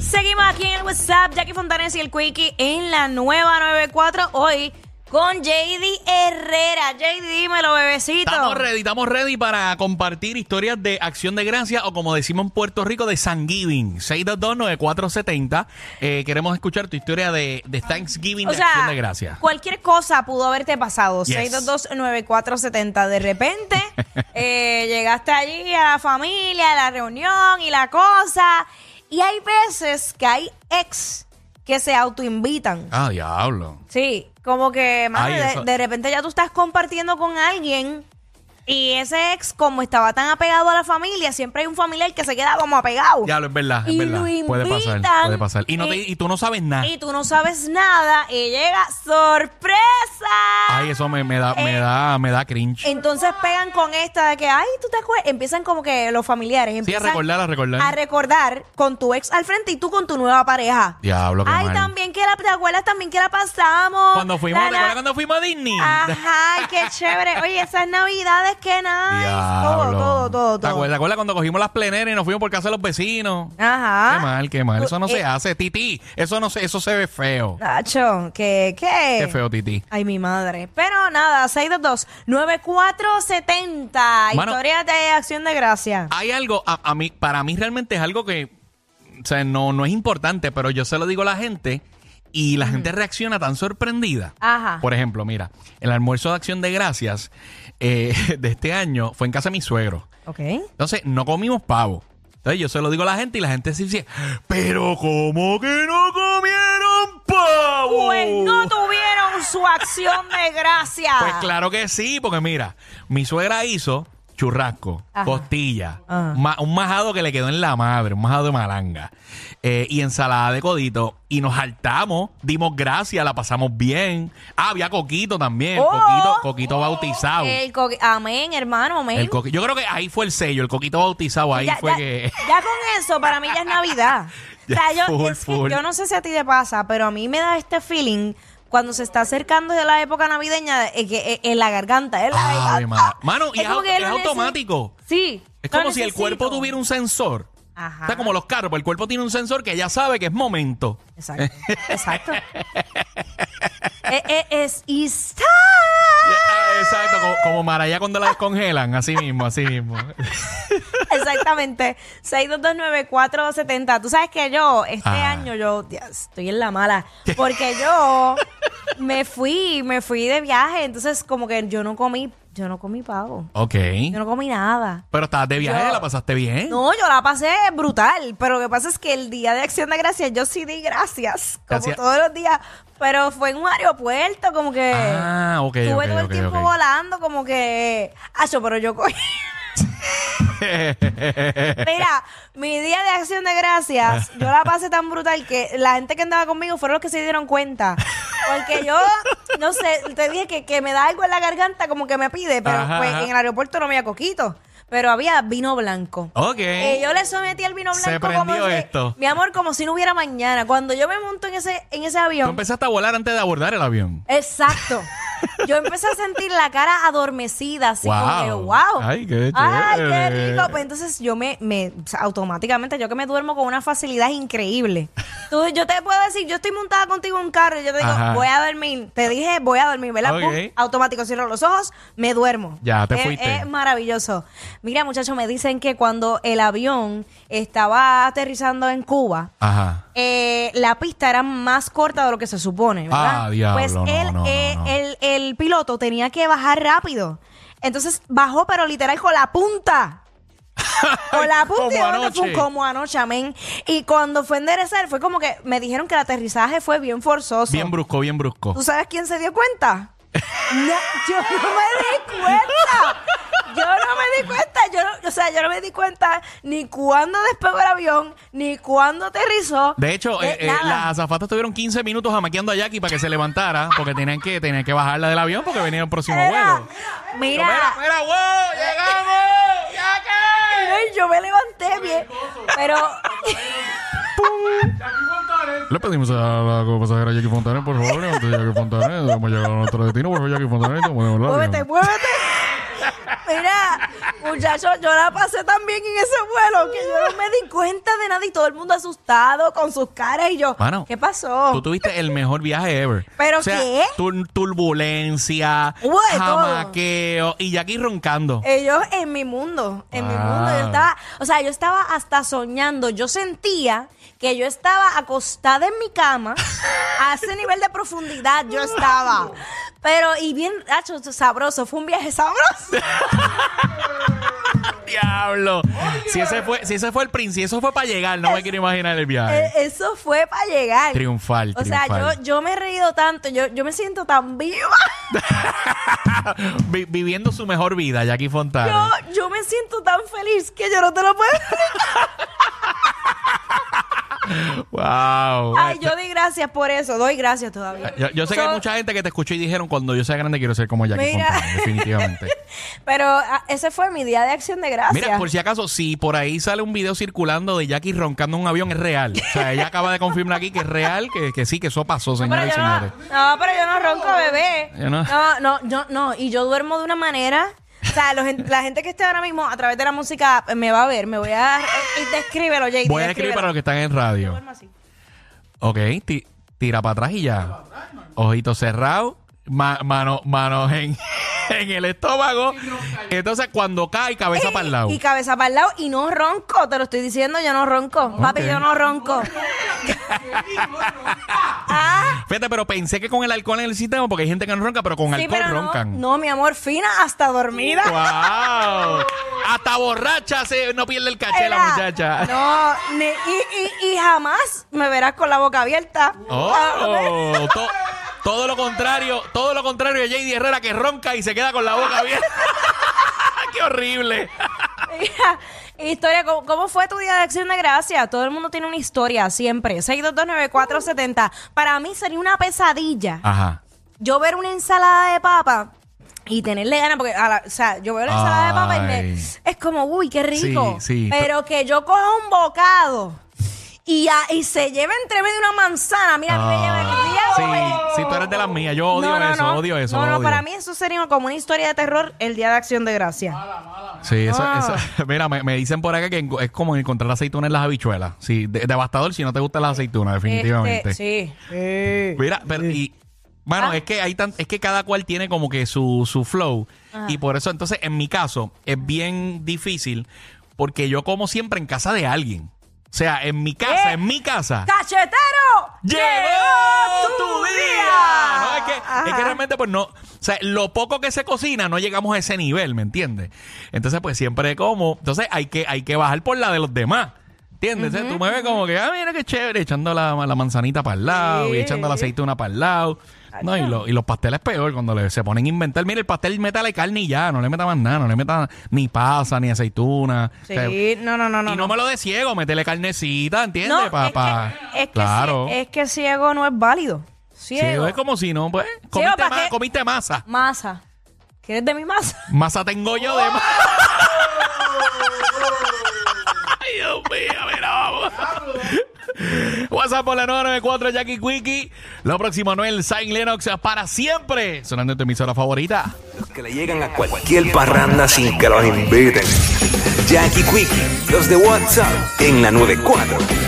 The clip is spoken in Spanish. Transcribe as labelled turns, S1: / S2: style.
S1: Seguimos aquí en el WhatsApp, Jackie Fontanes y el Quickie en la nueva 94 hoy con JD Herrera. JD, dímelo, bebecito.
S2: Estamos ready, estamos ready para compartir historias de acción de gracia o como decimos en Puerto Rico de Thanksgiving. 6229470. Eh, queremos escuchar tu historia de, de Thanksgiving
S1: O
S2: de
S1: sea,
S2: acción de gracia.
S1: cualquier cosa pudo haberte pasado.
S2: Yes.
S1: 6229470. De repente eh, llegaste allí a la familia, a la reunión y la cosa. Y hay veces que hay ex que se autoinvitan.
S2: Ah, diablo.
S1: Sí, como que mano,
S2: Ay,
S1: de,
S2: eso-
S1: de repente ya tú estás compartiendo con alguien y ese ex, como estaba tan apegado a la familia, siempre hay un familiar que se queda como apegado.
S2: Diablo, es verdad, es
S1: Y
S2: verdad.
S1: lo
S2: puede
S1: invitan,
S2: pasar, puede pasar. Y, no te-
S1: eh,
S2: y tú no sabes nada.
S1: Y tú no sabes nada y llega sorpresa.
S2: Ay, eso me, me da, me
S1: eh,
S2: da, me da cringe.
S1: Entonces pegan con esta de que, ay, tú te acuerdas. Empiezan como que los familiares
S2: sí, a
S1: empiezan
S2: recordar, a recordar.
S1: a recordar con tu ex al frente y tú con tu nueva pareja.
S2: diablo, qué
S1: Ay,
S2: mal.
S1: también que la te acuerdas también que la pasamos.
S2: Cuando fuimos,
S1: La-
S2: ¿te acuerdas cuando fuimos a Disney?
S1: Ajá, qué chévere. Oye, esas navidades, qué nice.
S2: Diablo.
S1: Todo, todo, todo,
S2: ¿Te
S1: todo.
S2: acuerdas, te acuerdas cuando cogimos las pleneras y nos fuimos por casa de los vecinos?
S1: Ajá.
S2: Qué mal, qué mal. Eso no
S1: Ah, Eh.
S2: se hace, Titi. Eso no se, eso se ve feo.
S1: Nacho, ¿qué, qué?
S2: Qué feo, Titi.
S1: Ay, mi madre. Pero nada, 622-9470.
S2: Mano. Ah.
S1: Historia de acción de gracia.
S2: Hay algo, a, a mí, para mí realmente es algo que, o sea, no, no es importante, pero yo se lo digo a la gente y la gente reacciona tan sorprendida.
S1: Ajá.
S2: Por ejemplo, mira, el almuerzo de acción de gracias eh, de este año fue en casa de mi suegro.
S1: Ok.
S2: Entonces, Pues no comimos pavo. Entonces, yo se lo digo a la gente y la gente se dice, pero ¿cómo que no comieron pavo?
S1: Pues no tuvieron su acción de gracia.
S2: Pues claro que sí, porque mira, mi suegra hizo churrasco,
S1: Ajá. Ah.
S2: costilla,
S1: Ajá.
S2: ma- un majado que le quedó en la madre, un majado de malanga, eh, y ensalada de codito, y nos hartamos, dimos gracias, la pasamos bien. Ah, había coquito también,
S1: Oh.
S2: coquito, coquito bautizado.
S1: El coqui- amén, hermano, amén.
S2: El coqui- Yo creo que ahí fue el sello, el coquito bautizado, ahí
S1: ya,
S2: fue
S1: ya-
S2: que...
S1: ya con eso, para mí ya es Navidad.
S2: Ya,
S1: O sea, yo,
S2: full,
S1: es que
S2: full.
S1: yo no sé si a ti te pasa, pero a mí me da este feeling cuando se está acercando de la época navideña eh, que, eh, en la garganta. En la
S2: Ave
S1: garganta.
S2: María. Mano, y es
S1: como
S2: au-
S1: que
S2: es
S1: lo neces-
S2: automático.
S1: Sí.
S2: Es
S1: lo
S2: como si el
S1: necesito.
S2: cuerpo tuviera un sensor.
S1: Ajá.
S2: Está como los carros, porque el cuerpo tiene un sensor que ya sabe que es momento.
S1: Exacto. Exacto. Eh, eh, es it's time.
S2: Ah, Exacto, como, como Maraya cuando la descongelan, así mismo, así mismo.
S1: Exactamente. 6229470. Tú sabes que yo, este
S2: Ah.
S1: año, yo ya, estoy en la mala. Porque yo me fui, me fui de viaje. Entonces, como que yo no comí, yo no comí pavo.
S2: Ok.
S1: Yo no comí nada.
S2: Pero estabas de viaje,
S1: Yo-
S2: la pasaste bien.
S1: No, yo la pasé brutal. Pero lo que pasa es que el día de Acción de Gracias, yo sí di gracias. Como
S2: Gracias.
S1: todos los días. Pero fue en un aeropuerto, como que.
S2: Ah, ok,
S1: Estuve
S2: ok,
S1: todo el
S2: ok,
S1: tiempo
S2: ok.
S1: volando, como que. Acho, pero yo cogí. Mira, mi día de acción de gracias, yo la pasé tan brutal que la gente que andaba conmigo fueron los que se dieron cuenta. Porque yo, no sé, te dije que, que me da algo en la garganta, como que me pide, pero
S2: Ajá,
S1: pues,
S2: ajá.
S1: en el aeropuerto no había coquito, pero había vino blanco.
S2: Ok.
S1: Eh, yo le sometí al vino
S2: Se
S1: blanco como
S2: prendió
S1: si-
S2: esto.
S1: mi amor, como si no hubiera mañana. Cuando yo me monto en ese, en ese
S2: Tú
S1: avión,
S2: empezaste a volar antes de abordar el avión.
S1: Exacto. Yo empecé a sentir la cara adormecida, así como que,
S2: Wow.
S1: wow.
S2: Ay, qué
S1: Ay, qué
S2: chévere.
S1: rico. Pues entonces yo me, me o sea, automáticamente, yo que me duermo con una facilidad increíble. Tú, yo te puedo decir, yo estoy montada contigo en un carro y yo te digo,
S2: Ajá.
S1: voy a dormir. Te dije, voy a dormir, ¿verdad?
S2: Ok.
S1: Pum, automático, cierro los ojos, me duermo.
S2: Ya, te
S1: Es-
S2: fuiste.
S1: es maravilloso. Mira, muchachos, me dicen que cuando el avión estaba aterrizando en Cuba,
S2: Ajá.
S1: eh, la pista era más corta de lo que se supone, ¿verdad?
S2: Ah, diablo,
S1: pues
S2: no,
S1: él,
S2: no,
S1: eh,
S2: no, no.
S1: El, el piloto tenía que bajar rápido. Entonces bajó, pero literal con la punta. Con la punta y
S2: Como
S1: de momento fue
S2: anoche.
S1: como anoche, amén. Y cuando fue a enderezar, fue como que me dijeron que el aterrizaje fue bien forzoso.
S2: Bien brusco, bien brusco.
S1: ¿Tú sabes quién se dio cuenta? No, yo no me di cuenta. Yo no me di cuenta. Yo no- o sea, yo no me di cuenta ni cuándo despegó el avión, ni cuándo aterrizó.
S2: De hecho, eh, eh,
S1: nada.
S2: las azafatas tuvieron 15 minutos amaqueando a Jackie para que se levantara, porque tenían que, tenían que bajarla del avión porque venía el próximo
S1: Era-
S2: vuelo.
S1: Mira,
S2: wow, llegamos, Jackie.
S1: ay, yo me levanté bien, pero
S3: Le pedimos a la pasajera Jackie Fontanet, por favor, antes de Jackie Fontanet,
S1: Pues
S3: hemos llegado a nuestro destino, por favor, Jackie Fontanet, como de
S1: muévete, muévete. Mira, Muchachos, yo la pasé tan bien en ese vuelo que yo no me di cuenta de nada y todo el mundo asustado con sus caras y yo,
S2: Mano,
S1: ¿qué pasó?
S2: Tú tuviste el mejor viaje ever.
S1: ¿Pero
S2: o sea,
S1: qué?
S2: tur- turbulencia,
S1: Hubo de todo. Eh.
S2: jamaqueo y Jackie roncando.
S1: Ellos en mi mundo, en mi
S2: Wow.
S1: mundo. Yo estaba, o sea, yo estaba hasta soñando. Yo sentía que yo estaba acostada en mi cama a ese nivel de profundidad. Yo estaba. Pero, y bien, hacho, sabroso. Fue un viaje sabroso.
S2: ¡Diablo! Si ese, fue, si ese fue el príncipe, eso fue para llegar. No me quiero imaginar el viaje.
S1: Eh, Eso fue para llegar.
S2: Triunfal,
S1: O sea,
S2: triunfal.
S1: yo, yo me he reído tanto. Yo, yo me siento tan viva.
S2: Vi- viviendo su mejor vida, Jackie Fontana.
S1: Yo, yo me siento tan feliz que yo no te lo puedo.
S2: ¡Wow!
S1: Ay, yo di gracias por eso. Doy gracias todavía.
S2: Yo, yo sé que
S1: So-
S2: hay mucha gente que te escuchó y dijeron, cuando yo sea grande quiero ser como Jackie
S1: Mira.
S2: Fontana, definitivamente.
S1: Pero ah, ese fue mi día de acción de gracias.
S2: Mira, por si acaso, si por ahí sale un video circulando de Jackie roncando en un avión, es real. O sea, ella acaba de confirmar aquí que es real, que, que sí, que eso pasó, señoras
S1: Pero
S2: y
S1: yo no,
S2: señores.
S1: no, pero yo no ronco, bebé.
S2: Yo no.
S1: No, no, yo no. Y yo duermo de una manera. O sea, los gen- la gente que esté ahora mismo a través de la música eh, me va a ver. Me voy a. eh, Y descríbelo, JD.
S2: Voy a escribir para los que están en radio.
S1: Duermo así.
S2: Ok, ti- tira para atrás y ya. Ojitos cerrados, ma- mano- manos en, en el estómago. Entonces, cuando cae, cabeza para el lado.
S1: Y cabeza para el lado. Y no ronco, te lo estoy diciendo, yo no ronco. Papi, yo no ronco. ah,
S2: Fíjate, pero pensé que con el alcohol en el sistema, porque hay gente que no ronca, pero con
S1: sí,
S2: alcohol
S1: pero no.
S2: roncan.
S1: No, mi amor, fina hasta dormida.
S2: ¡Wow! Hasta borracha se no pierde el caché la
S1: Era-
S2: muchacha.
S1: No, ni- y, y- y jamás me verás con la boca abierta. Ah,
S2: Oh, to- todo lo contrario, todo lo contrario a JD Herrera que ronca y se queda con la boca abierta. ¡Qué horrible!
S1: Mira, historia, ¿cómo, cómo fue tu día de acción de gracia? Todo el mundo tiene una historia, siempre. 6229470. Para mí sería una pesadilla
S2: Ajá.
S1: yo ver una ensalada de papa y tenerle ganas, porque, a la- o sea, yo veo la ensalada de papa y me,
S2: Ay.
S1: es como, uy, qué rico.
S2: Sí, sí.
S1: Pero que yo coja un bocado y, a- y se lleve entre medio una manzana. Mira, a mí me lleva el
S2: Ah, Sí,
S1: diablo, me-
S2: sí, tú eres de las mías. Yo odio eso, odio eso.
S1: No, no,
S2: odio.
S1: para mí eso sería como una historia de terror el día de acción de gracia.
S2: Sí, eso,
S1: Ah.
S2: eso- Mira, me, me dicen por acá que en- es como encontrar aceituna en las habichuelas. Sí, de- devastador si no te gustan las aceitunas, definitivamente.
S1: Este, sí.
S2: Mira, pero y mano,
S1: Ah.
S2: es que hay tan, es que cada cual tiene como que su, su flow y por eso entonces en mi caso es bien difícil porque yo como siempre en casa de alguien. O sea, en mi casa,
S1: ¿Eh?
S2: en mi casa.
S1: ¡Cachetero!
S2: ¡Llegó tu día! No, es, que, es que
S1: Ajá.
S2: realmente, pues no. O sea, lo poco que se cocina, no llegamos a ese nivel, ¿me entiendes? Entonces, pues siempre como. Entonces, hay que, hay que bajar por la de los demás. ¿Entiendes? Entonces, tú me ves como que, ah, mira qué chévere, echando la, la manzanita para el lado y
S1: Sí.
S2: echando la aceituna para el lado. No, y, lo- y los pasteles peor cuando le- se ponen a inventar. Mira, el pastel, métale carne y ya, no le meta más nada, no le meta ni pasa, ni aceituna. O sea,
S1: Sí, no, no, no, no.
S2: y no me lo de ciego, métele carnecita, ¿entiendes?
S1: No,
S2: Pa-
S1: es
S2: pa-
S1: que, es que
S2: claro.
S1: cie- es que ciego no es válido. Ciego.
S2: Ciego es como si no, pues.
S1: Ciego,
S2: Comiste,
S1: ¿pa'
S2: ma-
S1: qué?
S2: comiste masa.
S1: Masa. ¿Quieres de mi masa?
S2: Masa tengo yo de masa. Ay, Dios mío, mira, vamos. WhatsApp por la 994, Jackie Quickie. Lo próximo, Noel Sain Lennox para siempre. Sonando en tu emisora favorita.
S4: Los que le llegan a cualquier parranda sin que los inviten. Jackie Quickie, los de WhatsApp en la 94.